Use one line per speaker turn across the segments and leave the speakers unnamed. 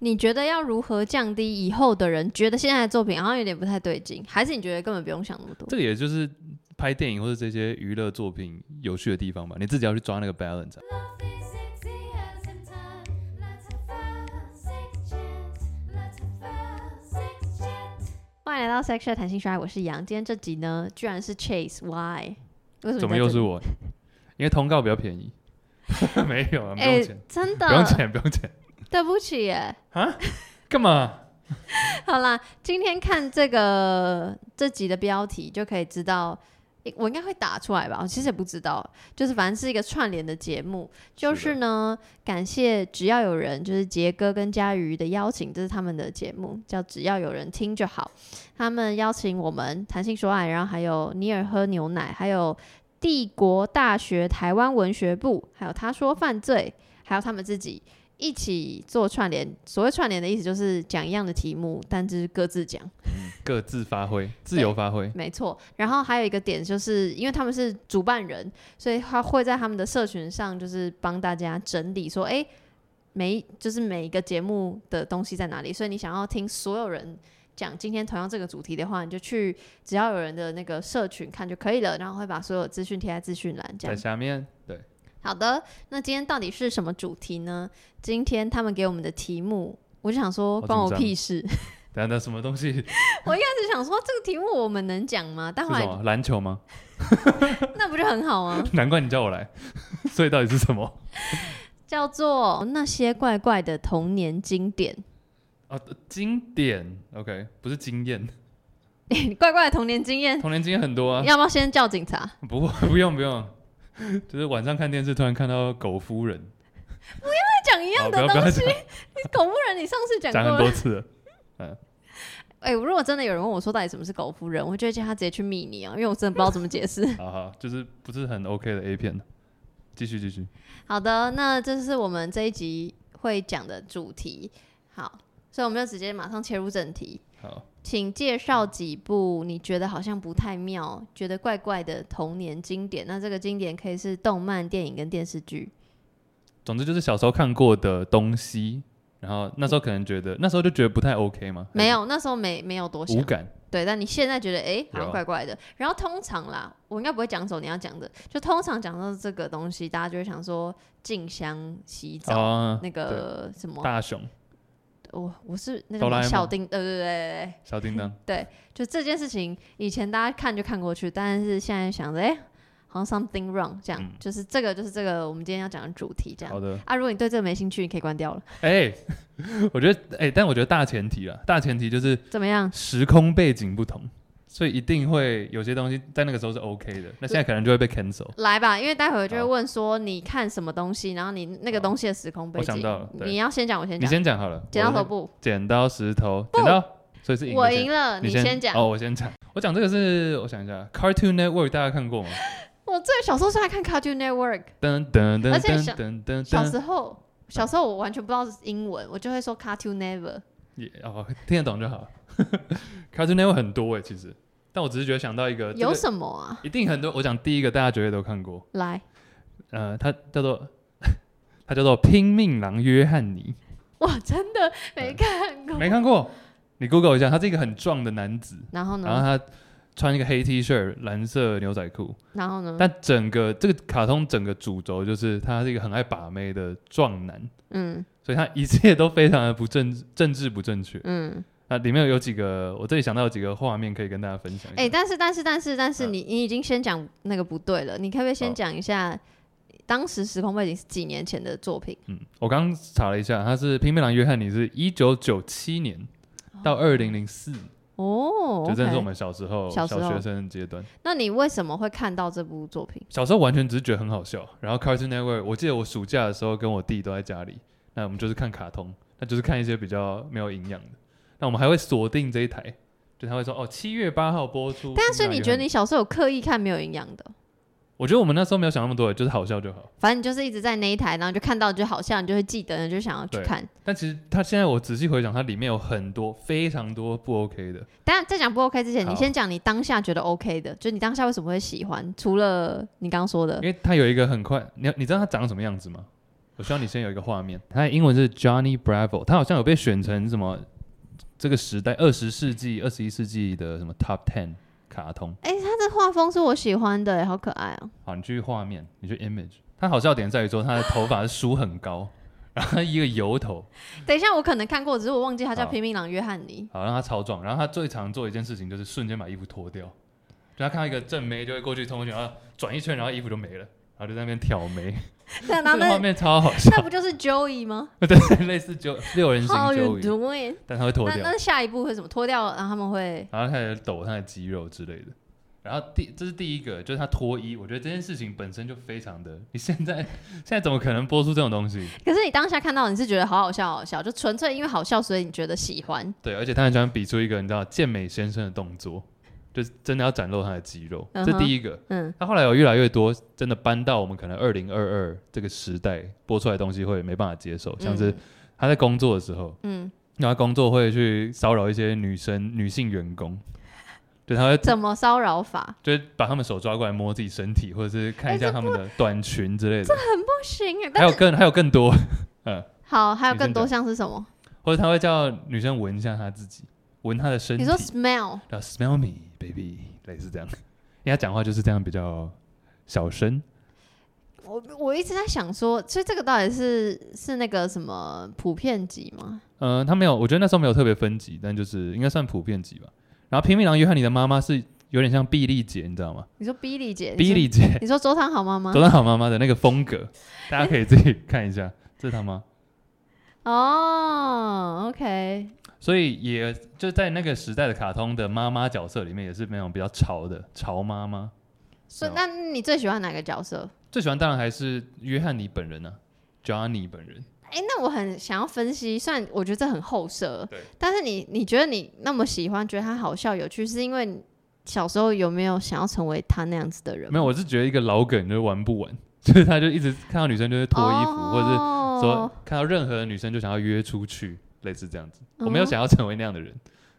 你觉得要如何降低以后的人觉得现在的作品好像有点不太对劲，还是你觉得根本不用想那么多？
这个也就是拍电影或者这些娱乐作品有趣的地方吧，你自己要去抓那个 balance 啊、
Love is enthusiasm time. Let's have fun, six chance. Let's have fun, six chance.
欢迎来到 Sexual 弹性刷，我是杨。今天这集呢，居然是 Chase Why？为什么你在这里？
怎么又是我？因为通告比较便宜， 没有啊，不
哎、
用钱，
真
不用
的，
钱，不用钱，
对不起耶。
干嘛？
好啦，今天看这个这集的标题就可以知道，诶我应该会打出来吧？我其实也不知道，就是反正是一个串联的节目。就是是呢，感谢只要有人，就是杰哥跟佳瑜的邀请，这是他们的节目，叫只要有人听就好。他们邀请我们谈性说爱，然后还有尼尔喝牛奶，还有帝国大学台湾文学部，还有他说犯罪，还有他们自己一起做串联。所谓串联的意思就是讲一样的题目，但就是各自讲。
各自发挥，自由发挥。
没错，然后还有一个点，就是因为他们是主办人，所以他会在他们的社群上，就是帮大家整理说，哎，每一就是每一个节目的东西在哪里。所以你想要听所有人讲今天同样这个主题的话，你就去只要有人的那个社群看就可以了，然后会把所有资讯贴在资讯栏这
在
样。
下面，对，
好的，那今天到底是什么主题呢？今天他们给我们的题目，我就想说
好
关我
紧张
屁事， 但
等下那什么东西是
是想说这个题目我们能讲吗？但
什
后来
么？篮球吗？
那不就很好吗？
难怪你叫我来， 所以到底是 什么？
叫做《那些怪怪的童年经典，
啊，经典，OK，不是经验，》
怪怪的童年经验。
童年经验很多啊，
要不要先叫警察？
不，不用不用， 就是晚上看电视突然看到狗夫人，
再讲一
好
样
不要
的
不要
东西，
讲，
狗夫人，你上次讲
讲很
过
多
了。
次了，。
哎、如果真的有人问我说到底什么是狗夫人，我就会叫他直接去密你啊，因为我真的不知道怎么解释
好好，就是不是很 OK 的 A 片，继续继续，
好的，那这是我们这一集会讲的主题。好，所以我们就直接马上切入正题，
好，
请介绍几部你觉得好像不太妙、觉得怪怪的童年经典。那这个经典可以是动漫、电影跟电视剧。
总之就是小时候看过的东西，然后那时候可能觉得那时候就觉得不太 OK 嘛，还是
没有，那时候没没有多想
嗯无。感，
对，但你现在觉得哎、好
有
像
啊
怪怪的。然后通常啦，我应该不会讲走你要讲的，就通常讲到这个东西，大家就会想说静香洗澡、
啊，
那个什么，
大熊
我我是那
哆啦
种
A 梦
小叮，对对对对对，
小叮当。
就这件事情，以前大家看就看过去，但是现在想着哎、好像 something wrong，这样、
嗯
就是这个就是这个我们今天要讲的主题 这
好
样。
的，
啊，如果你对这个没兴趣，你可以关掉了。
哎、 我觉得，哎、但我觉得大前提啦，大前提就是
怎么样？
时空背景不同，所以一定会有些东西在那个时候是 OK 的，那现在可能就会被 cancel。
来吧，因为待会儿就会
好
问说你看什么东西，然后你那个
好
东西的时空背
我想
景
到了，对
你要先讲，我先
你
讲。
先讲好了，
剪刀
我
手
是
布，
剪刀石头，剪刀，所以是赢
我
的
赢
先。
了，呃你先讲。
哦，我先讲。我讲这个是，我想一下，Cartoon Network 大家看过吗？
我最小时候是爱看 Cartoon Network，
噔噔噔
而且
噔
小
噔噔
小
噔，
时候小时候我完全不知道是英文，我就会说 Cartoon Network。
也哦，听得懂就好。Cartoon Network 很多哎、其实，但我只是觉得想到一呃个，这
有
个
什么啊？
一定很多。我讲第一个，大家绝对都看过，
来，
呃，他叫做他叫做拼命狼约翰尼，
我真的没看过。
没看过？你 Google 一下，他是一个很壮的男子，
然后
然后
呢？
他穿一个黑 T 恤、蓝色牛仔裤，
然后呢？
但整个这个卡通整个主轴就是他是一个很爱把妹的壮男，
嗯
所以他一切都非常的不正政治不正确。
嗯，
那里面有几个，我这里想到有几个画面可以跟大家分享一下。
哎，但是但是但是但是
嗯
你你已经先讲那个不对了，你可不可以先
好
讲一下当时时空背景是几年前的作品？
嗯，我刚刚查了一下，他是拼命狼约翰尼是一九九七年到二零零四，
哦，
就真的是我
OK
们小时候
小
小
时候
学生的阶段。
那你为什么会看到这部作品？
小时候完全只是觉得很好笑。然后 Cartoon Network，我记得我暑假的时候跟我弟都在家里，那我们就是看卡通，那就是看一些比较没有营养的。那我们还会锁定这一台，就他会说哦，七月八号播出。
但是
新
你
的
觉得
原
你小时候有刻意看没有营养的？
我觉得我们那时候没有想那么多，就是好笑就好。
反正你就是一直在那一台，然后就看到就好像你就会记得，你就想要去看。
但其实它现在我仔细回想，它里面有很多非常多不 OK 的。
但在讲不 OK 之前，
好
你先讲你当下觉得 OK 的，就你当下为什么会喜欢？除了你刚刚说的
因为它有一个很快，你你知道它长什么样子吗？我希望你先有一个画面。他的英文是 Johnny Bravo，他好像有被选成什么这个时代二十世纪、二十一世纪的什么 Top Ten 卡通。
哎、它的画风是我喜欢的，好可爱哦、
好，你去画面，你去 image。他好笑的点在于说他的头发是梳很高，然后一个油头，
等一下，我可能看过，只是我忘记他叫
好
平民郎约翰尼。
好让他超壮。然后他最常做一件事情就是瞬间把衣服脱掉，就他看到一个正妹就会过去冲过去，然后转一圈，然后衣服就没了，然后就在那边挑眉。
对，然
这
后
个画
那
面超好笑，
那不就是 Joey 吗
对，类似就六人行
？How you
周瑜，
doing？
但他会脱
那
掉。
那下一步会怎么脱掉？然后他们 会
然后开始抖他的肌肉之类的。然后第这是第一个，就是他脱衣，我觉得这件事情本身就非常的，你现在现在怎么可能播出这种东西？
可是你当下看到，你是觉得好好笑，好好笑，就纯粹因为好笑，所以你觉得喜欢。
对，而且他很喜欢比出一个你知道健美先生的动作，就是真的要展露他的肌肉，
嗯哼
这第一个。
嗯，
他后来有越来越多，真的搬到我们可能二零二二这个时代播出来的东西会没办法接受，像是他在工作的时候，
嗯，
然后工作会去骚扰一些女生女性员工，对，他会
怎么骚扰法？
就是把他们手抓过来摸自己身体，或者是看一
哎
下
这
他们的短裙之类的。
不行耶，
还
但
有更还有更多， 嗯，
好，还有更多
你
像是什么？
或者他会叫女生闻一下她自己，闻她的身体，
你说 smell，
然后 smell me baby，类似这样。因为他讲话就是这样比较小声，
我我一直在想说，所以这个到底是是那个什么普遍级吗？
嗯、他没有，我觉得那时候没有特别分级，但就是应该算普遍级吧。然后平民郎约翰尼的妈妈是有点像碧丽姐，你知道吗？
你说 Billy 姐，
碧丽姐，
你说，你说周汤好妈妈
走？到好妈妈的那个风格，大家可以自己看一下，这是他妈。
哦，OK，
所以也就在那个时代的卡通的妈妈角色里面，也是那种比较潮的潮妈妈。
所以
没
那你最喜欢哪个角色？
最喜欢当然还是约翰尼本人啊，Johnny 本人。
哎、那我很想要分析，虽然我觉得这很后设
对，
但是你你觉得你那么喜欢，觉得他好笑有趣，是因为你小时候有没有想要成为他那样子的人？
没有，我是觉得一个老梗就是玩不完， 就是他就一直看到女生就是脱衣服，
哦
或者是
者
说看到任何的女生就想要约出去，类似这样子。我没有
嗯
想要成为那样的人，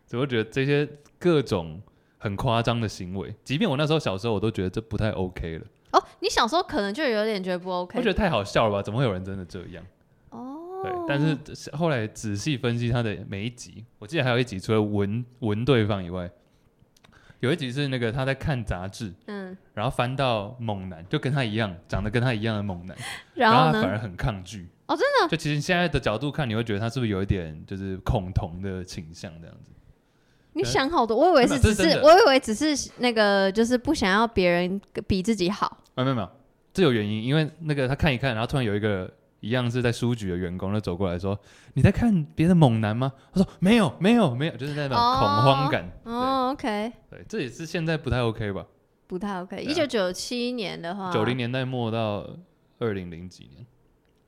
所以我觉得这些各种很夸张的行为，即便我那时候小时候，我都觉得这不太 OK 了。
哦，你小时候可能就有点觉得不 OK，
我觉得太好笑了吧？怎么会有人真的这样？
哦，
对，但是后来仔细分析他的每一集，我记得还有一集除了闻闻对方以外，有一集是那个他在看杂志，
嗯，
然后翻到猛男，就跟他一样，长得跟他一样的猛男，
然后
后他反
呢？
而很抗拒。
哦
真的？就其实现在的角度看，你会觉得他是不是有一点就是恐同的倾向这样子？
你想好多，我以为是
真
只
的
是
这是真，的
我以为只是那个，就是不想要别人比自己好。
没有没有没有，这有原因，因为那个他看一看，然后突然有一个一样是在书局的员工就走过来说：“你在看别的猛男吗？”他说：“没有，没有，没有。”就是那种
哦
恐慌感。
哦，OK，
对，对，这也是现在不太 OK 吧？
不太 OK。
对
一
啊
九九七年的话，
九零，年代末到二零零几年，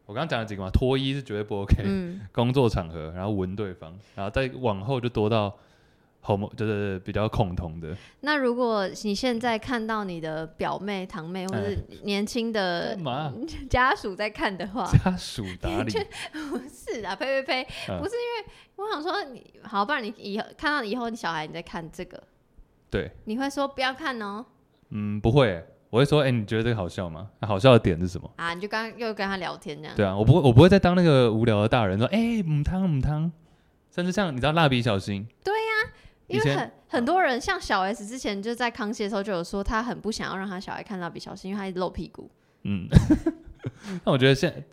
我刚刚讲了几个嘛，脱衣是绝对不 OK，、
嗯，
工作场合，然后闻对方，然后再往后就多到 homo，就是比较恐同的，
那如果你现在看到你的表妹、堂妹或者是年轻的
哎干嘛
家属在看的 话，
家属打 理，
不是啊，呸呸呸，
嗯
不是因为我想说你，好，不然你以后看到以后你小孩你在看这个，
对，
你会说不要看哦，
嗯，不会、我会说，哎、你觉得这个好笑吗？那好笑的点是什么？
啊，你就刚又跟他聊天这样，
对啊，我不会，我不会再当那个无聊的大人说，哎、母汤母汤，甚至像你知道蜡笔小新，
因
以
为
前
很很多人像小 S 之前就在康熙的时候就有说他很不想要让他小孩看蜡笔小新，因为他一直露屁股，
嗯， 那我觉得现，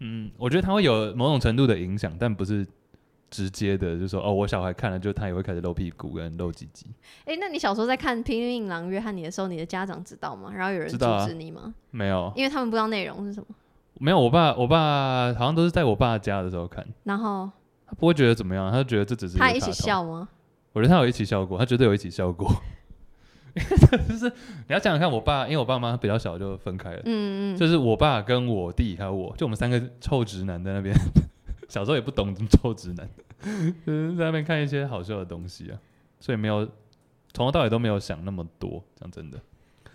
嗯，我觉得他会有某种程度的影响，但不是直接的，就是说哦，我小孩看了，就他也会开始露屁股跟露鸡鸡，
哎、那你小时候在看《拼命狼约翰尼》的时候，你的家长知道吗？然后有人
知
阻
道啊
止你吗？
没有，
因为他们不知道内容是什么。
没有，我爸，我爸好像都是在我爸家的时候看，
然后
他不会觉得怎么样，他就觉得这只是
他
个
一起
卡通。
笑吗？
我觉得他有一起笑过，他绝对有一起笑过。就是你要想想看，我爸，因为我爸妈比较小就分开了，
嗯嗯，
就是我爸跟我弟还有我，就我们三个臭直男在那边， 小时候也不懂什么臭直男， 就是在那边看一些好笑的东西啊，所以没有从头到尾都没有想那么多，讲真的。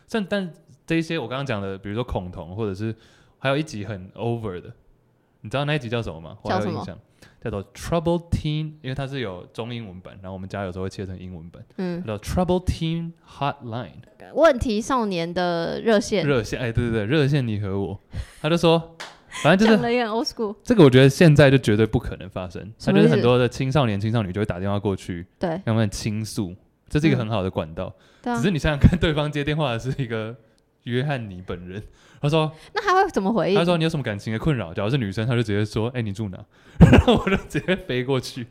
但但这一些我刚刚讲的，比如说恐同，或者是还有一集很 over 的，你知道那一集叫什么吗？我还
叫
有
什么
印象，叫做 Trouble Teen，因为它是有中英文版，然后我们家有时候会切成英文版，
嗯
叫 Trouble Teen Hotline。
问题少年的热线，
热线，哎，对对对，热线你和我，他就说，反正就
讲
是
的也很 old school。
这个，我觉得现在就绝对不可能发生。
什
他
么
就
意
是
思嗯
很多的青少年、青少女就会打电话过去，
对，
让他们倾诉，这是一个很好的管道。
对啊
只。是你想想看，对方接电话的是一个约翰尼本人，他说
那他会怎么回应
他？说你有什么感情的困扰？假如是女生，他就直接说，哎、你住哪？ 然后我就直接飞过去。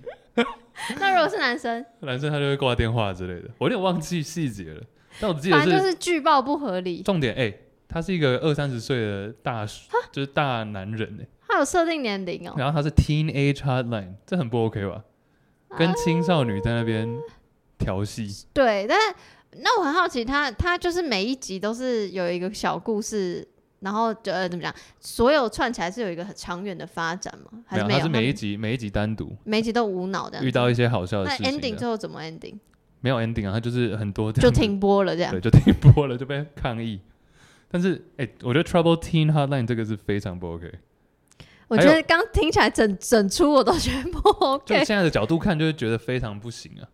那如果是男生，
男生他就会挂电话之类的，我有点忘记细节了，但我只记得
反
是、
正就是剧报不合理。
重点。哎、他是一个二三十岁的大叔，就是大男人哎、
他有设定年龄哦，
然后他是 teenage hotline，这很不 OK 吧？跟
啊
青少女在那边调戏，
对，但是那我很好奇他，他就是每一集都是有一个小故事，然后就呃怎么讲，所有串起来是有一个很长远的发展吗？还是
没有，
没
他
有？
是每
他
一集每一集单独
每一集都无脑的，
遇到一些好笑的
那
事情这
ending 最
样，
后怎么 ending
没有 ending 啊，他就是很多这
就
样子
停播了这样
对，。就停播了，就被抗议。但是，哎、我觉得 Trouble Teen Hotline 这个是非常不 OK。
我觉得刚听起来整整出我都觉得不
就
OK。
现在的角度看，就会觉得非常不行啊。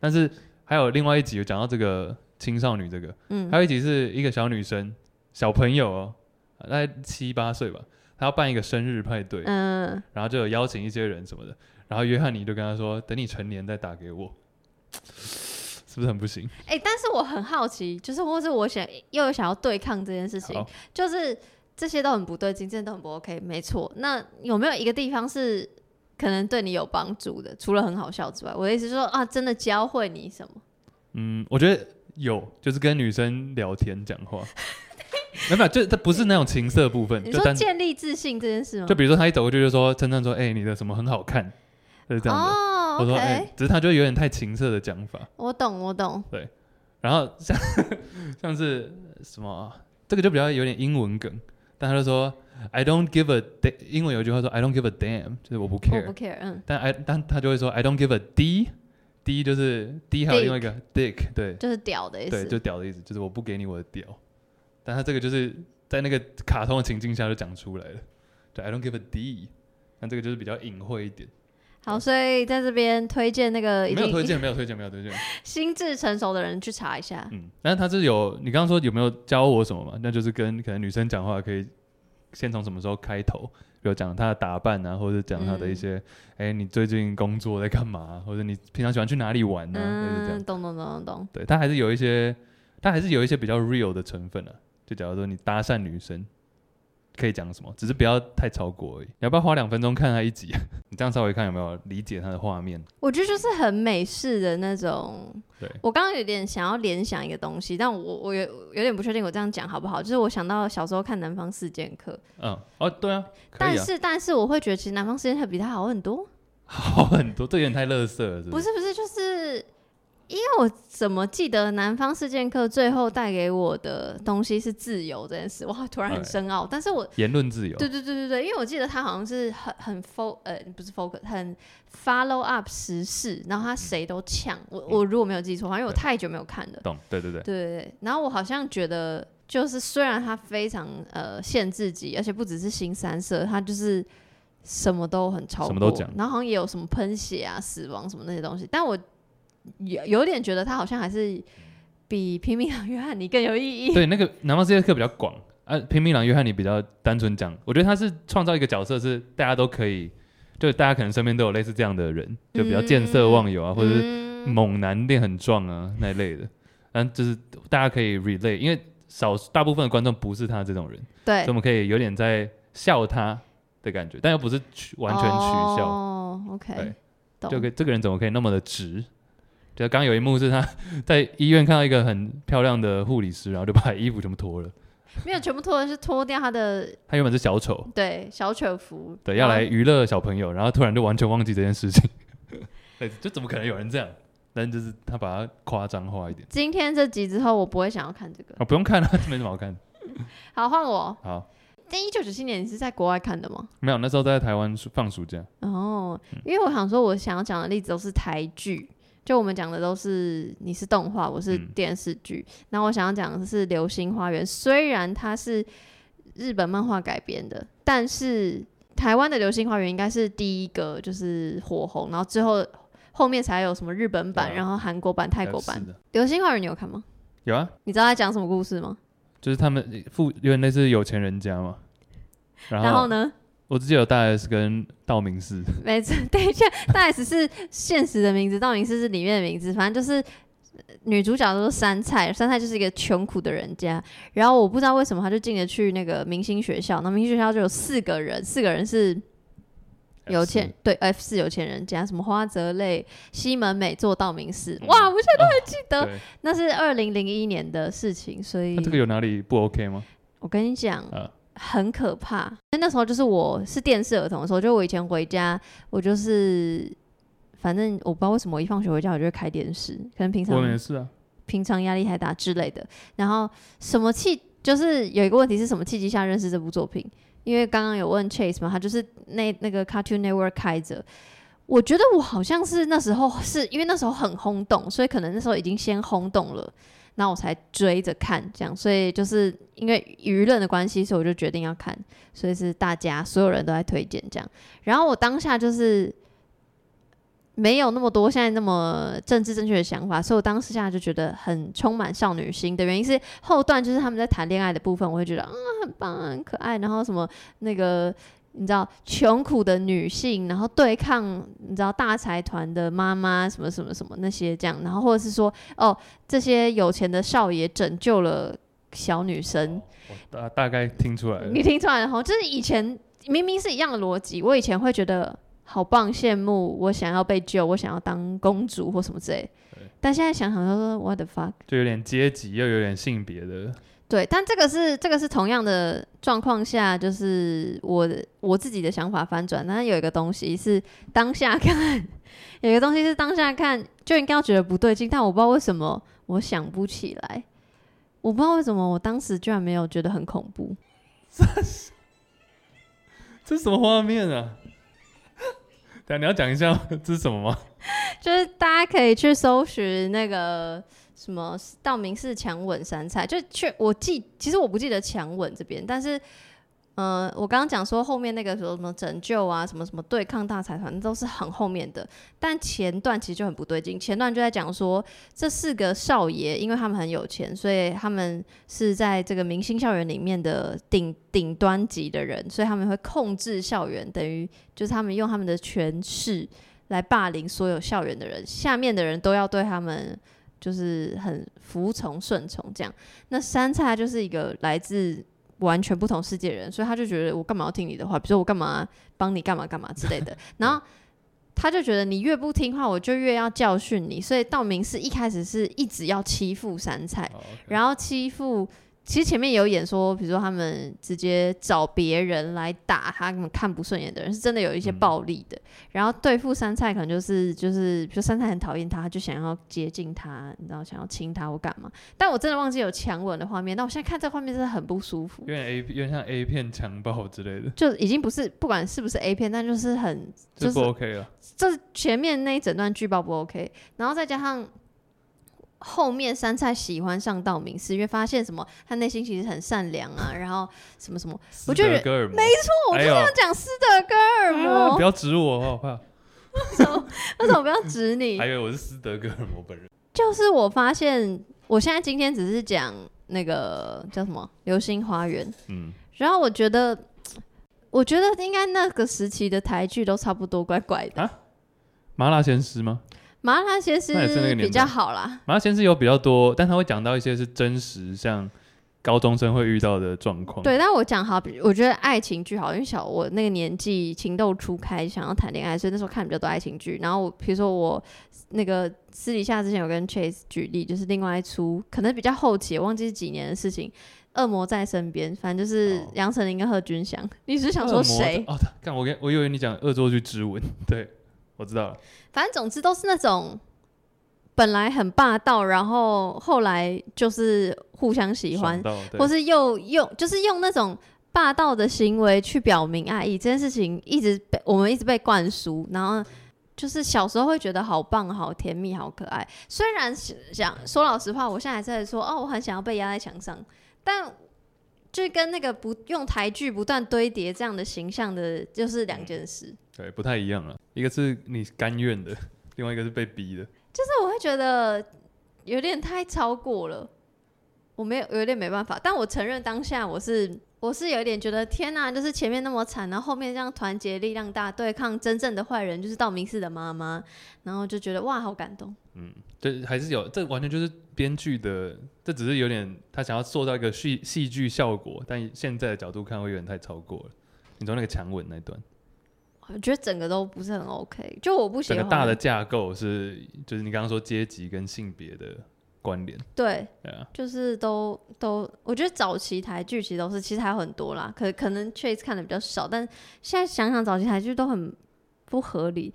但是还有另外一集有讲到这个青少女这个，
嗯
还有一集是一个小女生，小朋友哦，大概七八岁吧，她要办一个生日派对，
嗯，
然后就有邀请一些人什么的，然后约翰尼就跟她说：“等你成年再打给我。”是不是很不行？
哎、但是我很好奇，就是或是我想又想要对抗这件事情
好，，
就是这些都很不对劲，这些都很不 OK，没错。那有没有一个地方是可能对你有帮助的？除了很好笑之外，我的意思是说啊，真的教会你什么？
嗯，我觉得有，就是跟女生聊天讲话，没有没有，就这不是那种情色部分，
你
嗯就
说
单
建立自信这件事吗
就？比如说他一走过去就说，称赞说，哎、你的什么很好看，就是这样的。
哦
我说，哎、
，OK，
只是他就有点太情色的讲法。
我懂，我懂。
然后像 像是什么啊，这个就比较有点英文梗，但他就说 I don't give a da-，英文有一句话说 I don't give a damn，就是我不
我
care，
不 care，嗯，
但 I 但他就会说 I don't give a d，d 就是 d 还有另外一个 dick，对，
就是屌的意
对，
思。
就屌的意思，就是我不给你我的屌。但他这个就是在那个卡通的情境下就讲出来了，对，I don't give a D。但这个就是比较隐晦一点，
好，所以在这边推荐那个呃已
没有推
经
荐，没有推荐，没 有推荐。
心智成熟的人去查一下。
嗯，但是他是有，你刚刚说有没有教我什么嘛？那就是跟可能女生讲话可以先从什么时候开头，比如讲她的打扮啊，或者讲她的一
嗯
些，哎、你最近工作在干嘛啊？或者你平常喜欢去哪里玩呢、啊？类似这样
嗯，。懂懂懂懂懂。
对，他还是有一些，他还是有一些比较 real 的成分啊。就假如说你搭讪女生，可以讲什么，只是不要太超过而已。你要不要花两分钟看他一集？啊 你这样稍微看有没有理解他的画面？
我觉得就是很美式的那种。
对
我刚刚有点想要联想一个东西，但我我有有点不确定我这样讲好不好。就是我想到小时候看《南方四剑客》
嗯，哦，对啊，可
但
以啊，
是但是我会觉得其实《南方四剑客》比它好很多。
好很多，这有点太乐色了，是
不
是？
是不是，就是因为我怎么记得《南方四剑客》最后带给我的东西是自由这件事，哇，突然很
哎
深奥。但是我
言论自由，
对对对对对，因为我记得他好像是很很 fo 呃不是 focus 很 follow up 时事，然后他谁都呛我，我如果没有记错，好像因为我
嗯对
太久没有看了。
懂？对对对，
对对对，然后我好像觉得，就是虽然他非常呃限制级，而且不只是新三色，他就是什么都很超过，
什么都讲
然后好像也有什么喷血啊、死亡什么那些东西，但我有有点觉得他好像还是比《平民和约翰尼》更有意义。
嗯对，那个南方世界课比较广啊，平民郎约翰尼比较单纯讲，我觉得他是创造一个角色，是大家都可以，就大家可能身边都有类似这样的人，就比较见色忘友啊，或者是
嗯
猛男练很壮啊 那一类的，嗯，就是大家可以 relate，因为少大部分的观众不是他这种人，所以
对
我，们可以有点在笑他的感觉，但又不是取完全取笑，
哦，OK，
对
懂
就。可以这个人怎么可以那么的直？就刚有一幕是他在医院看到一个很漂亮的护理师，然后就把衣服全部脱了。
没有全部脱的是脱掉他的
他原本是小丑，
对小犬服，
对，要来
然后
娱乐小朋友，然后突然就完全忘记这件事情， 对，就怎么可能有人这样？但就是他把它夸张化一点
今天这集之后，我不会想要看这个
啊、。不用看了、啊，没什么好看。
好，换我。
好，
但一九九七年你是在国外看的吗？
没有，那时候在台湾暑放暑假，
哦，
嗯
因为我想说，我想要讲的例子都是台剧，就我们讲的都是你是动画，我是
嗯
电视剧。然后我想要讲的是《流星花园》，虽然它是日本漫画改编的，但是台湾的《流星花园》应该是第一个就是火红，然后之后后面才有什么日本版，
对啊
然后韩国版、泰国版
是。的，
《流星花园》你有看吗？
有啊，
你知道在讲什么故事吗？
就是他们富有点类似有钱人家嘛，然后
然后呢？
我只记得有大 S 跟道明寺，
没错，等一下，大 S 是现实的名字，道明寺是里面的名字，反正就是呃女主角都是杉菜，杉菜就是一个穷苦的人家。然后我不知道为什么她就进了去那个明星学校，那明星学校就有四个人，四个人是有钱，对 F 四有钱人家，什么花泽类、西门美作、道明寺，
嗯
哇，我现在都还记得，
对，
那是二零零一年的事情，所以
那啊这个有哪里不 OK 吗？
我跟你讲，
啊
很可怕。那那时候就是我是电视儿童的时候，就我以前回家，我就是反正我不知道为什么我一放学回家我就会开电视，可能平常
我们也是啊，
平常压力太大之类的。然后什么契就是有一个问题是什么契机下认识这部作品？因为刚刚有问 Chase 嘛，他就是那那个 Cartoon Network 开着。我觉得我好像是那时候是因为那时候很轰动，所以可能那时候已经先轰动了，那我才追着看这样。所以就是因为舆论的关系，所以我就决定要看，所以是大家所有人都在推荐这样。然后我当下就是没有那么多现在那么政治正确的想法，所以我当时下就觉得很充满少女心的原因是后段就是他们在谈恋爱的部分，我会觉得嗯很棒啊很可爱，然后什么那个你知道穷苦的女性，然后对抗你知道大财团的妈妈什么什么什么那些这样，然后或者是说哦这些有钱的少爷拯救了小女生，
我大大概听出来了
你，听出来了哈，就是以前明明是一样的逻辑，我以前会觉得好棒、羡慕，我想要被救，我想要当公主或什么之类
对。
但现在想想说，what the fuck？
就有点阶级又有点性别的，
对，但这个是这个是同样的状况下，就是我的我自己的想法翻转。但是有一个东西是当下看，有一个东西是当下看就应该要觉得不对劲，但我不知道为什么我想不起来，我不知道为什么我当时居然没有觉得很恐怖。
这是什么画面啊？等下你要讲一下这是什么吗？
就是大家可以去搜寻那个什么道明寺强吻山菜，就去我记，其实我不记得强吻这边，但是。呃，我刚刚讲说后面那个什么什么拯救啊，什么什么对抗大财团，都是很后面的。但前段其实就很不对劲，前段就在讲说这四个少爷，因为他们很有钱，所以他们是在这个明星校园里面的顶顶端级的人，所以他们会控制校园，等于就是他们用他们的权势来霸凌所有校园的人，下面的人都要对他们就是很服从顺从这样。那山菜就是一个来自完全不同世界的人，所以他就觉得我干嘛要听你的话？比如说我干嘛帮你干嘛干嘛之类的，然后。他就觉得你越不听话，我就越要教训你，所以道明寺一开始是一直要欺负山菜，
好，OK
哎
哦
然后欺负，其实前面有演说，比如说他们直接找别人来打他们看不顺眼的人，是真的有一些
嗯
暴力的。然后对付杉菜，可能就是就是，比如杉菜很讨厌他，他就想要接近他，你知道，想要亲他或干嘛。但我真的忘记有强吻的画面，但我现在看这画面真的很不舒服
有。点 A，有点像 A 片强暴之类的，
就已经不是不管是不是 A 片，但就是很就
这
是
不 OK 了。
这前面那一整段剧爆不 OK，然后再加上后面杉菜喜欢上道明寺，因为发现什么，他内心其实很善良 啊，然后什么什么，我
斯
就
德
觉
哥尔摩，
错，哦我就
哎
是
呦
要讲斯德哥尔
啊
摩
不，要指我，我好怕。
为什么为什么不要指 你
还？以为我是斯德哥尔摩本人。
就是我发现，我现在今天只是讲那个叫什么《流星花园》，
嗯，
然后我觉得，我觉得应该那个时期的台剧都差不多怪怪的，
啊麻辣鲜师吗？
麻辣鲜师
那也是那个年代
比较好啦。
麻辣鲜师有比较多，但他会讲到一些是真实，像高中生会遇到的状况。，
对，但我讲好，比我觉得爱情剧好，因为小我那个年纪情窦初开，想要谈恋爱，所以那时候看比较多爱情剧。然后我比如说我那个私底下之前有跟 Chase 举例，就是另外一出可能比较后期，我忘记是几年的事情，《恶魔在身边》，反正就是
哦
杨丞琳跟贺军翔。你只是想说谁？
哦，他看我跟我以为你讲恶作剧之吻， 对我知道了。
反正总之都是那种本来很霸道，然后后来就是互相喜欢
爽，到，对
或是又用就是用那种霸道的行为去表明爱意，这件事情一直被我们一直被灌输，然后就是小时候会觉得好棒、好甜蜜、好可爱。虽然是想说老实话，我现在还是在说哦，我很想要被压在墙上，但。就跟那个不用台剧不断堆叠这样的形象的，就是两件事。
对，不太一样了。一个是你甘愿的， 另外一个是被逼的。
就是我会觉得有点太超过了，我没有有点没办法。但我承认当下我是我是有一点觉得，天呐，就是前面那么惨，然后后面这样团结力量大对抗真正的坏人，就是道明寺的妈妈，然后就觉得哇，好感动。
这还是有，这完全就是编剧的，这只是有点他想要塑造一个戏戏剧效果，但现在的角度看会有点太超过了。你说那个强吻那段，
我觉得整个都不是很 OK，就 我不喜
整个
欢
大的架构是，就是你刚刚说阶级跟性别的关联，
对，
对啊，
就是都都，我觉得早期台剧其实都是，其实还有很多啦，可可能 Chase 看的比较少，但现在想想早期台剧都很不合理。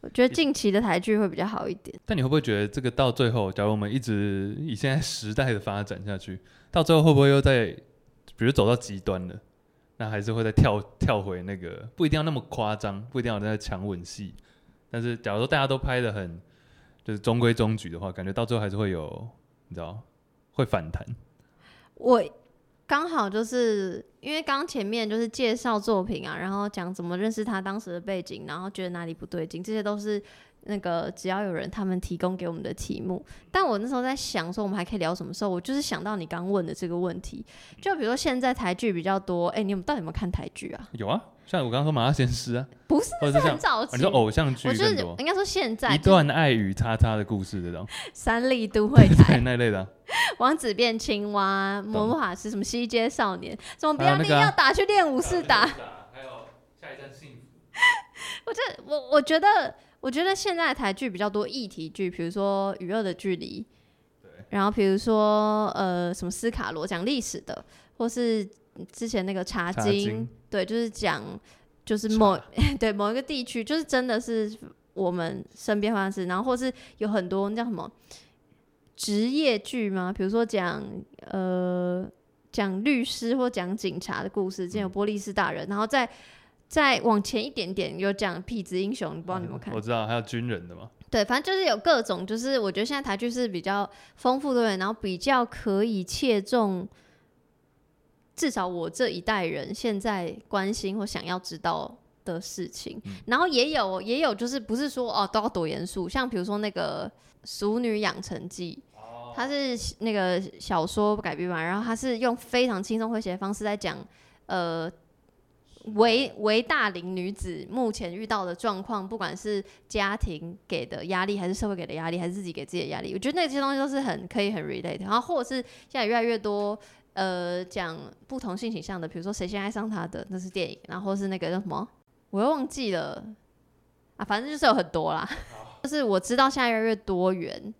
我觉得近期的台剧会比较好一点，
但你会不会觉得这个到最后，假如我们一直以现在时代的发展下去，到最后会不会又在，比如走到极端了，那还是会再跳跳回那个，不一定要那么夸张，不一定要在强吻戏，但是假如说大家都拍的很就是中规中矩的话，感觉到最后还是会有，你知道，会反弹。
我刚好就是因为刚前面就是介绍作品啊，然后讲怎么认识他当时的背景，然后觉得哪里不对劲，这些都是那个只要有人他们提供给我们的题目。但我那时候在想说我们还可以聊什么时候，我就是想到你刚问的这个问题，就比如说现在台剧比较多，哎、你们到底有没有看台剧啊？
有啊，像我刚刚说马先师啊，
不是，
或者
这
是像、
很早
啊
期。
你说偶像剧
我就是
更多，
应该说现在
一段爱与叉叉的故事这种，
三立都会
对
台、
那一类的啊、
王子变青蛙、魔
懂
法师什么西街少年，怎么不
还有
要
那
力
个啊
要打去练武士打？
还有下一站幸福，
我这我我觉得，我觉得现在的台剧比较多议题剧，比如说《与恶的距离》，然后比如说呃什么斯卡罗讲历史的，或是之前那个茶
茶
经，
经
对，就是讲就是某 对某一个地区，就是真的是我们身边发生的事，然后或是有很多那叫什么职业剧吗？比如说讲呃讲律师或讲警察的故事，之前有波利斯大人，然后再再往前一点点有讲痞子英雄，不知道你有没有看
我？知道，还有军人的嘛，
对，反正就是有各种，就是我觉得现在台剧是比较丰富的人，然后比较可以切中。至少我这一代人现在关心或想要知道的事情，然后也有也有就是不是说哦都要多严肃，像比如说那个《熟女养成记》，它是那个小说改编嘛，然后它是用非常轻松诙谐的方式在讲呃。为为大龄女子目前遇到的状况，不管是家庭给的压力，还是社会给的压力，还是自己给自己的压力，我觉得那些东西都是很可以很 relate。然后或者是现在越来越多呃讲不同性倾向的，比如说谁先爱上他的，那是电影，然后是那个叫什么，我又忘记了啊，反正就是有很多啦。就是我知道现在越来越多元，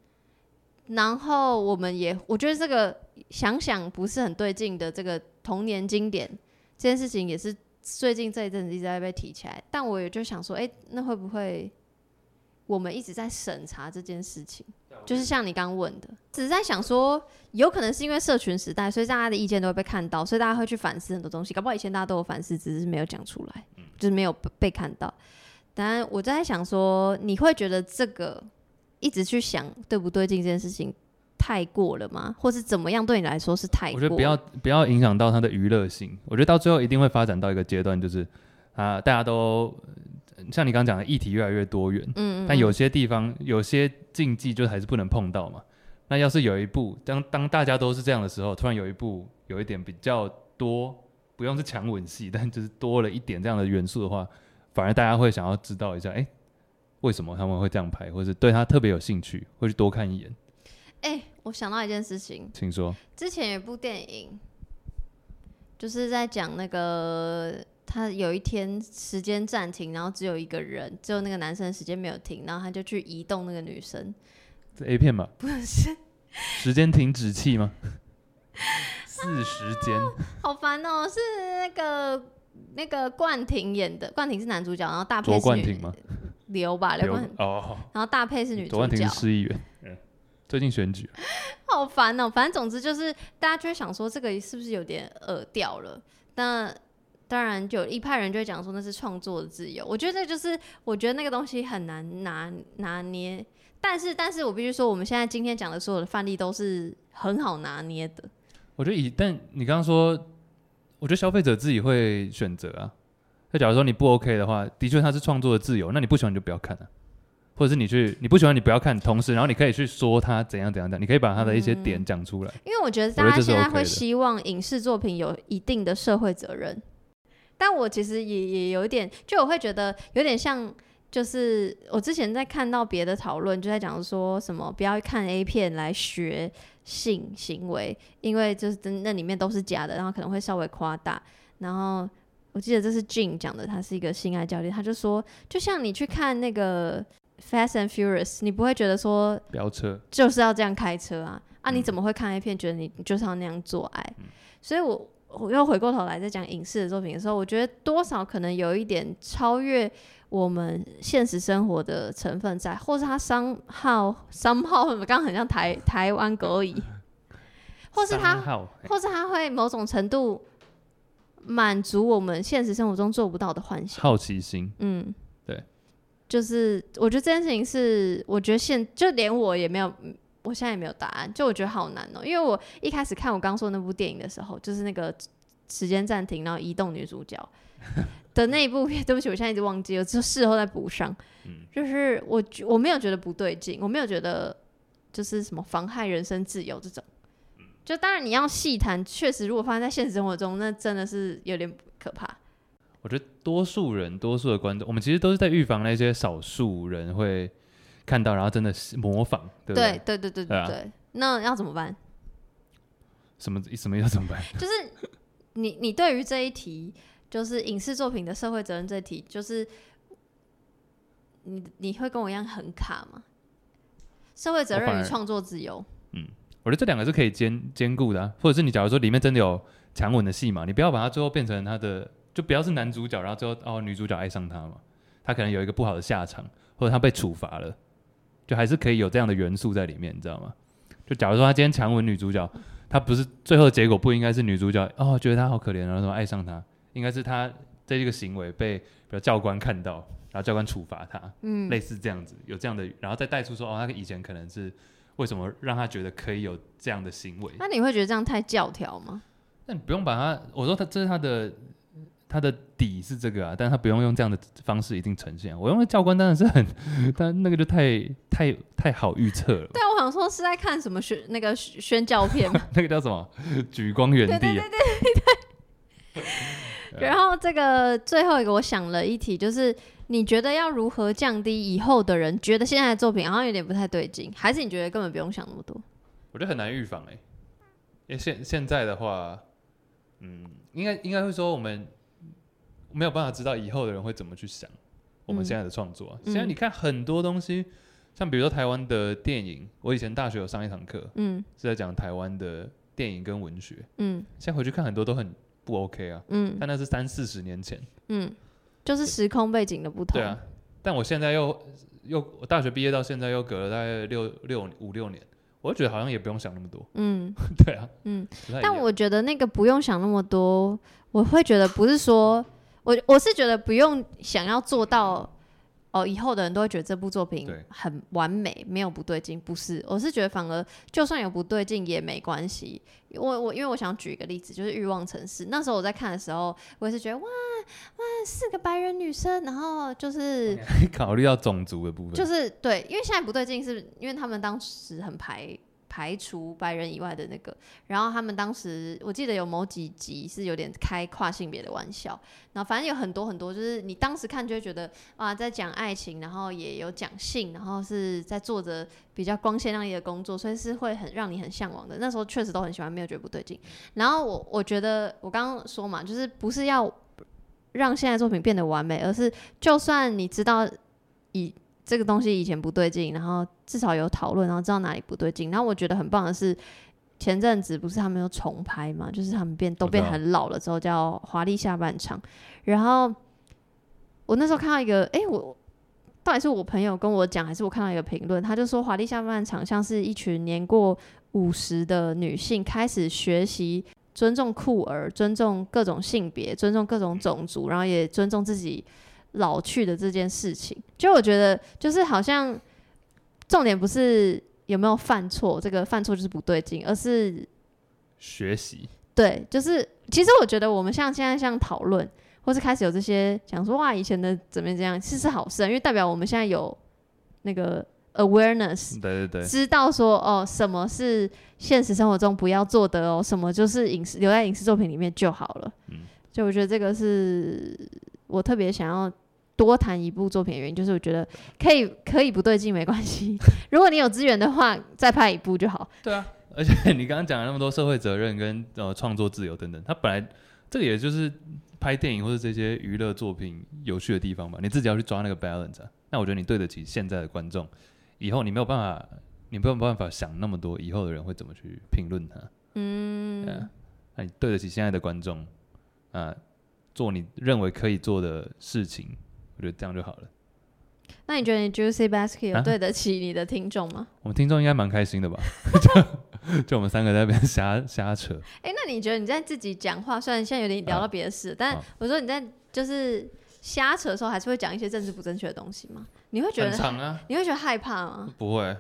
然后我们也我觉得这个想想不是很对劲的这个童年经典这件事情也是。最近这一阵子一直在被提起来，但我也就想说，哎、那会不会我们一直在审查这件事情？就是像你刚刚问的，只是在想说，有可能是因为社群时代，所以大家的意见都会被看到，所以大家会去反思很多东西。搞不好以前大家都有反思，只是没有讲出来，就是没有被被看到。当然，我在想说，你会觉得这个一直去想对不对劲这件事情太过了吗？或是怎么样对你来说是太
我
过？
觉得不要不要影响到它的娱乐性。我觉得到最后一定会发展到一个阶段，就是啊、大家都呃像你刚刚讲的议题越来越多元，
嗯，嗯，
但
嗯
有些地方有些禁忌就还是不能碰到嘛。那要是有一部当当大家都是这样的时候，突然有一部有一点比较多，不用是强吻戏，但就是多了一点这样的元素的话，反而大家会想要知道一下，哎、为什么他们会这样拍，或是对他特别有兴趣，会去多看一眼。
哎、我想到一件事情，
请说，
之前有一部电影，就是在讲那个他有一天时间暂停，然后只有一个人，只有那个男生的时间没有停，然后他就去移动那个女生。
这 A 片吧？不是，时间停止器吗？四时间，
好烦哦、是那个那个冠廷演的，冠廷是男主角，然后大配
卓
是
冠
女
廷吗？
刘吧，啊刘
有
冠廷，
哦，
然后大配是女
卓
主
冠廷
角
是。市议员，最近选举，
好烦哦、反正总之就是，大家就会想说，这个是不是有点呃掉了？那当然，有一派人就会讲说那是创作的自由。我觉得这就是，我觉得那个东西很难拿拿捏。但是，但是我必须说，我们现在今天讲的所有的范例都是很好拿捏的。
我觉得以，但你刚刚说，我觉得消费者自己会选择啊。那假如说你不 OK 的话，的确他是创作的自由，那你不喜欢你就不要看啊。或者是你去你不喜欢你不要看，同时然后你可以去说他怎样怎样的，你可以把他的一些点讲出来。
因为我觉得
觉
大
得
家
这是
现在
OK
会
的
希望影视作品有一定的社会责任，但我其实也也有一点，就我会觉得有点像，就是我之前在看到别的讨论，就在讲说什么不要看 A 片来学性行为，因为就是真那里面都是假的，然后可能会稍微夸大，然后。我记得这是 Jin 讲的，他是一个性爱教练，他就说，就像你去看那个《Fast and Furious》，你不会觉得说
飙车，
就是要这样开车啊！啊，
嗯
你怎么会看 A 片觉得你就是要那样做爱？所以我我又回过头来在讲影视的作品的时候，我觉得多少可能有一点超越我们现实生活的成分在，或是它商号商号，我们 刚刚很像台台湾狗语，或是它
三号哎
或是它会某种程度满足我们现实生活中做不到的幻想。
好奇心，
嗯，
对，
就是我觉得这件事情是，我觉得现就连我也没有，嗯我现在也没有答案，就我觉得好难哦、因为我一开始看我刚说那部电影的时候，就是那个时间暂停，然后移动女主角的那一部片，对不起，我现在一直忘记，我就事后再补上。
嗯
就是我觉我没有觉得不对劲，我没有觉得就是什么妨害人身自由这种。
嗯
就当然你要细谈，确实如果发生在现实生活中，那真的是有点可怕。
我觉得多数人、多数的观众，我们其实都是在预防那些少数人会看到，然后真的是模仿，对不
对对对对
对啊
对对，那要怎么办？
什么什么要怎么办？
就是你 你对于这一题，就是影视作品的社会责任这一题，就是你你会跟我一样很卡吗？社会责
我反
任与
而
创作自由，
我觉得这两个是可以兼兼顾的、啊，或者是你假如说里面真的有强吻的戏嘛，你不要把它最后变成他的，就不要是男主角，然后最后哦女主角爱上他嘛，他可能有一个不好的下场，或者他被处罚了，就还是可以有这样的元素在里面，你知道吗？就假如说他今天强吻女主角，他不是最后的结果不应该是女主角哦觉得他好可怜，然后说爱上他，应该是他这一个行为被比如教官看到，然后教官处罚他，
嗯
类似这样子，有这样的，然后再带出说，哦，他以前可能是为什么让他觉得可以有这样的行为？
那你会觉得这样太教条吗？
但你不用把他，我说他这是他的他的底是这个啊，但他不用用这样的方式一定呈现啊。我用的教官当然是很， 但那个就太太太好预测了 吧，
对啊，我想说是在看什么宣那个宣宣教 片嘛。
那个叫什么举光原地、啊，对
然后这个最后一个我想了一题，就是你觉得要如何降低以后的人觉得现在的作品好像有点不太对劲，还是你觉得根本不用想那么多？
我觉得很难预防哎、欸，因为现现在的话，嗯，应该应该会说我们没有办法知道以后的人会怎么去想我们
嗯
现在的创作啊、
嗯
现在你看很多东西，像比如说台湾的电影，我以前大学有上一堂课
嗯
是在讲台湾的电影跟文学，
嗯
现在回去看很多都很不 OK 啊，
嗯
但那是三四十年前，
嗯，就是时空背景的不同。
对啊，但我现在又又我大学毕业到现在又隔了大概六六五六年，我就觉得好像也不用想那么多，
嗯。
对啊，
嗯
不太一样，
但我觉得那个不用想那么多，我会觉得不是说，我我是觉得不用想要做到哦，以后的人都会觉得这部作品
对
很完美，没有不对劲，不是，我是觉得反而就算有不对劲也没关系。我我因为我想举一个例子，就是《欲望城市》，那时候我在看的时候，我也是觉得哇哇四个白人女生，然后就是
考虑到种族的部分，
就是对，因为现在不对劲，是因为他们当时很排排除白人以外的那个，然后他们当时我记得有某几集是有点开跨性别的玩笑，然后反正有很多很多，就是你当时看就会觉得哇，在讲爱情，然后也有讲性，然后是在做着比较光鲜亮丽的工作，所以是会很让你很向往的。那时候确实都很喜欢，没有觉得不对劲。然后我我觉得我刚刚说嘛，就是不是要让现在作品变得完美，而是就算你知道以这个东西以前不对劲，然后至少有讨论，然后知道哪里不对劲。然后我觉得很棒的是，前阵子不是他们又重拍嘛，就是他们变都
我知道
变很老了之后叫《华丽下半场》，然后我那时候看到一个，诶，我到底是我朋友跟我讲，还是我看到一个评论，他就说《华丽下半场》像是一群年过五十的女性开始学习尊重酷儿，尊重各种性别，尊重各种种族，然后也尊重自己老去的这件事情。就我觉得，就是好像重点不是有没有犯错，这个犯错就是不对劲，而是
学习，
对，就是其实我觉得我们像现在像讨论，或是开始有这些讲说哇以前的怎么样怎么样，其实是好事啊，因为代表我们现在有那个 awareness，
对对对，
知道说哦什么是现实生活中不要做的哦，什么就是影视留在影视作品里面就好了。
嗯
所以我觉得这个是我特别想要。多谈一部作品的原因，就是我觉得可以可以不对劲没关系， 如果你有资源的话，再拍一部就好。
对啊，而且 你刚刚讲了那么多社会责任跟呃创作自由等等，它本来这个也就是拍电影或者这些娱乐作品有趣的地方吧，你自己要去抓那个 balance、啊。那我觉得你对得起现在的观众，以后你没有办法，你没有办法想那么多，以后的人会怎么去评论它。嗯、啊，那你对得起现在的观众，啊，做你认为可以做的事情，我觉得这样就好了。
那你觉得你 Juicy Basket
啊
有对得起你的听众吗？
我们听众应该蛮开心的吧？ 就就我们三个在那边瞎瞎扯。
哎、那你觉得你在自己讲话，虽然现在有点聊到别的事，但
啊
我说你在就是瞎扯的时候，还是会讲一些政治不正确的东西吗？你会觉
很
得
长啊，
你会觉得害怕吗？
不会，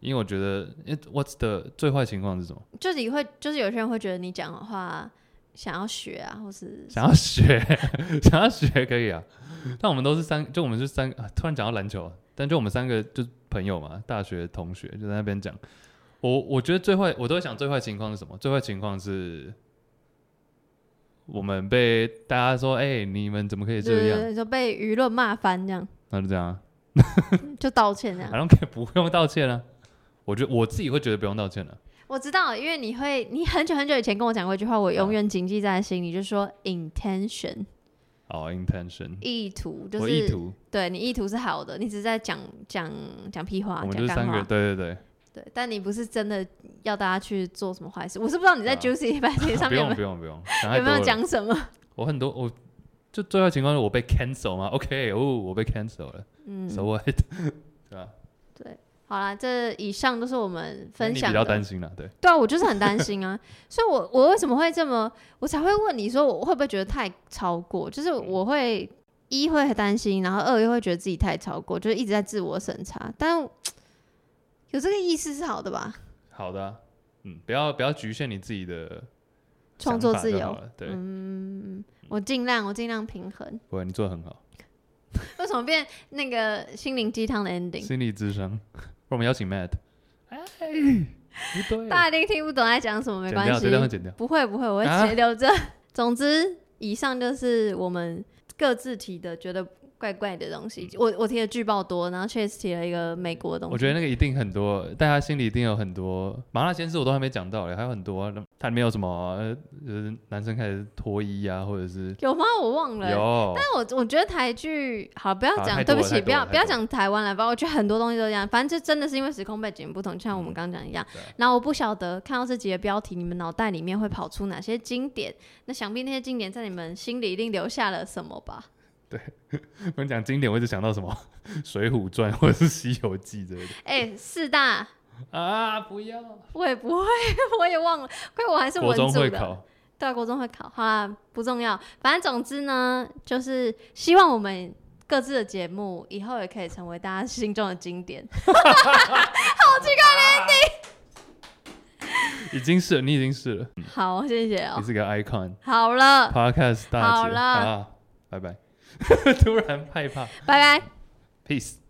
因为我觉得，因为 what's the 最坏情况是什么？
就是你会，就是有些人会觉得你讲的话想要学啊，或是
想要学， 想要学可以啊。但我们都是三，就我们是三个、啊，突然讲到篮球，但就我们三个就是朋友嘛，大学同学就在那边讲。我我觉得最坏，我都会想最坏情况是什么？最坏情况是，我们被大家说，哎、你们怎么可以
对
这
对
样？
对，就被舆论骂翻这样，
那就这样啊。
就道歉这样。
I don't care，不用道歉啊。我觉得我自己会觉得不用道歉了、啊
我知道，因为你会，你很久很久以前跟我讲过一句话，我永远谨记在心里，就说 intention
哦、intention，、
意图，就
我
是
意图，
对你意图是好的，你只是在讲讲讲屁话，
我们就
啊讲
是
干
三个，
话。
对对对。
对，但你不是真的要大家去做什么坏事。我是不知道你在
啊
Juicy b a s k 上
不
面有
用
没
不用不用，想
有
太
有没有
多了
讲什么。
我很多我就最坏情况是我被 cancel 吗？OK，哦，我被 cancel 了、
嗯，
s o what？对吧？
对，好啦，这以上都是我们分
你
享
比较
的
担。心了，对，
对啊，我就是很担心啊， 所以我我为什么会这么，我才会问你说我会不会觉得太超过？就是我会一会很担心，然后二又会觉得自己太超过，就是一直在自我审查。但有这个意识是好的吧？
好的啊、嗯，不要不要局限你自己的
创作
想法
自
就
由
好了，对，
嗯，我尽量我尽量平衡。
不会，你做的很好，
为什么变那个心灵鸡汤的 ending？
心理智商， 我们邀请 Matt，哎，不对，
大家一定听不懂在讲什么，没
剪
关
掉，
系
这，段会剪掉，
不会不会，我会
啊
截留着。 总之，以上就是我们各自提的觉得怪怪的东西。我我提的剧爆多，然后 Chase 提了一个美国的东西。
嗯我觉得那个一定很多，大家心里一定有很多麻辣鲜师，我都还没讲到嘞，还有很多啊，它里面有什么，呃就是男生开始脱衣啊，或者是
有吗？我忘了。
有，
但我我觉得台剧好，不要
好
讲，
太
对不
多了
起，
太多
不要
了
不要
太多
讲台湾了吧。我觉得很多东西都这样，反正就真的是因为时空背景不同，就像我们刚刚讲一样。
对啊
然后我不晓得看到这集的标题，你们脑袋里面会跑出哪些经典？那想必那些经典在你们心里一定留下了什么吧？
我跟你讲经典，我一直想到什么 《水浒传》或者是《西游记》之类的
哎、四大
啊！不要，
我也不会， 我也忘了，亏我还是
国
文组
中
的。
会考，
对啊，国中会考，好啦，不重要。反正总之呢，就是希望我们各自的节目以后也可以成为大家心中的经典。
啊 已经是了你已经是了，
好，谢谢哦
嗯你。是个 icon。
好了，
Podcast 大姐，
好了
啊，拜拜。突然害怕
拜拜。
，peace。